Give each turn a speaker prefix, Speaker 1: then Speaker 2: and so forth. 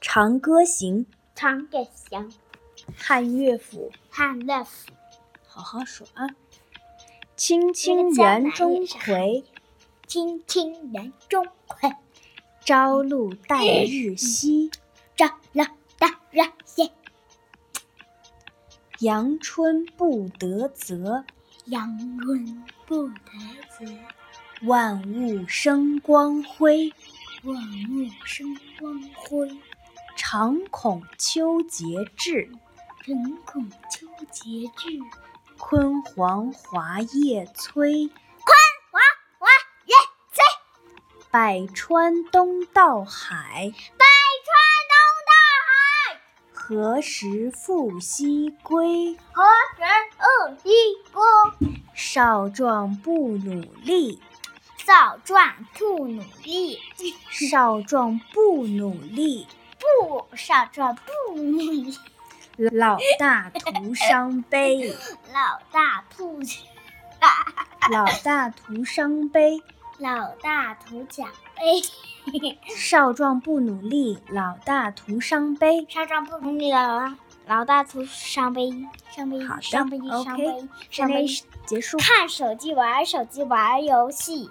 Speaker 1: 长歌行》
Speaker 2: 长歌行》
Speaker 1: 汉乐府。
Speaker 2: 汉乐府。
Speaker 1: 好好说啊！青青园中葵，
Speaker 2: 青青园中葵，
Speaker 1: 朝露待日晞。
Speaker 2: 朝露待日晞，
Speaker 1: 阳春布德泽，
Speaker 2: 阳春布德泽，
Speaker 1: 万物生光辉。
Speaker 2: 万物生光辉。
Speaker 1: 常恐秋节至，
Speaker 2: 诚恐秋节至，
Speaker 1: 焜黄华叶催。
Speaker 2: 黄花叶催，
Speaker 1: 百川东到海，何时复西归？
Speaker 2: 何时复西归？
Speaker 1: 少壮不努力，
Speaker 2: 少壮不努力，
Speaker 1: 少壮不努力，
Speaker 2: 不少壮不努力，
Speaker 1: 老大徒伤悲，
Speaker 2: 老大不
Speaker 1: 老大徒伤悲。
Speaker 2: 老大徒伤悲，
Speaker 1: 少壮不努力，老大徒伤悲。
Speaker 2: 少壮不努力了，老大徒伤悲，伤悲
Speaker 1: 好的
Speaker 2: 伤悲伤悲
Speaker 1: ，OK，
Speaker 2: 伤悲。
Speaker 1: 结束。
Speaker 2: 看手机玩手机玩游戏，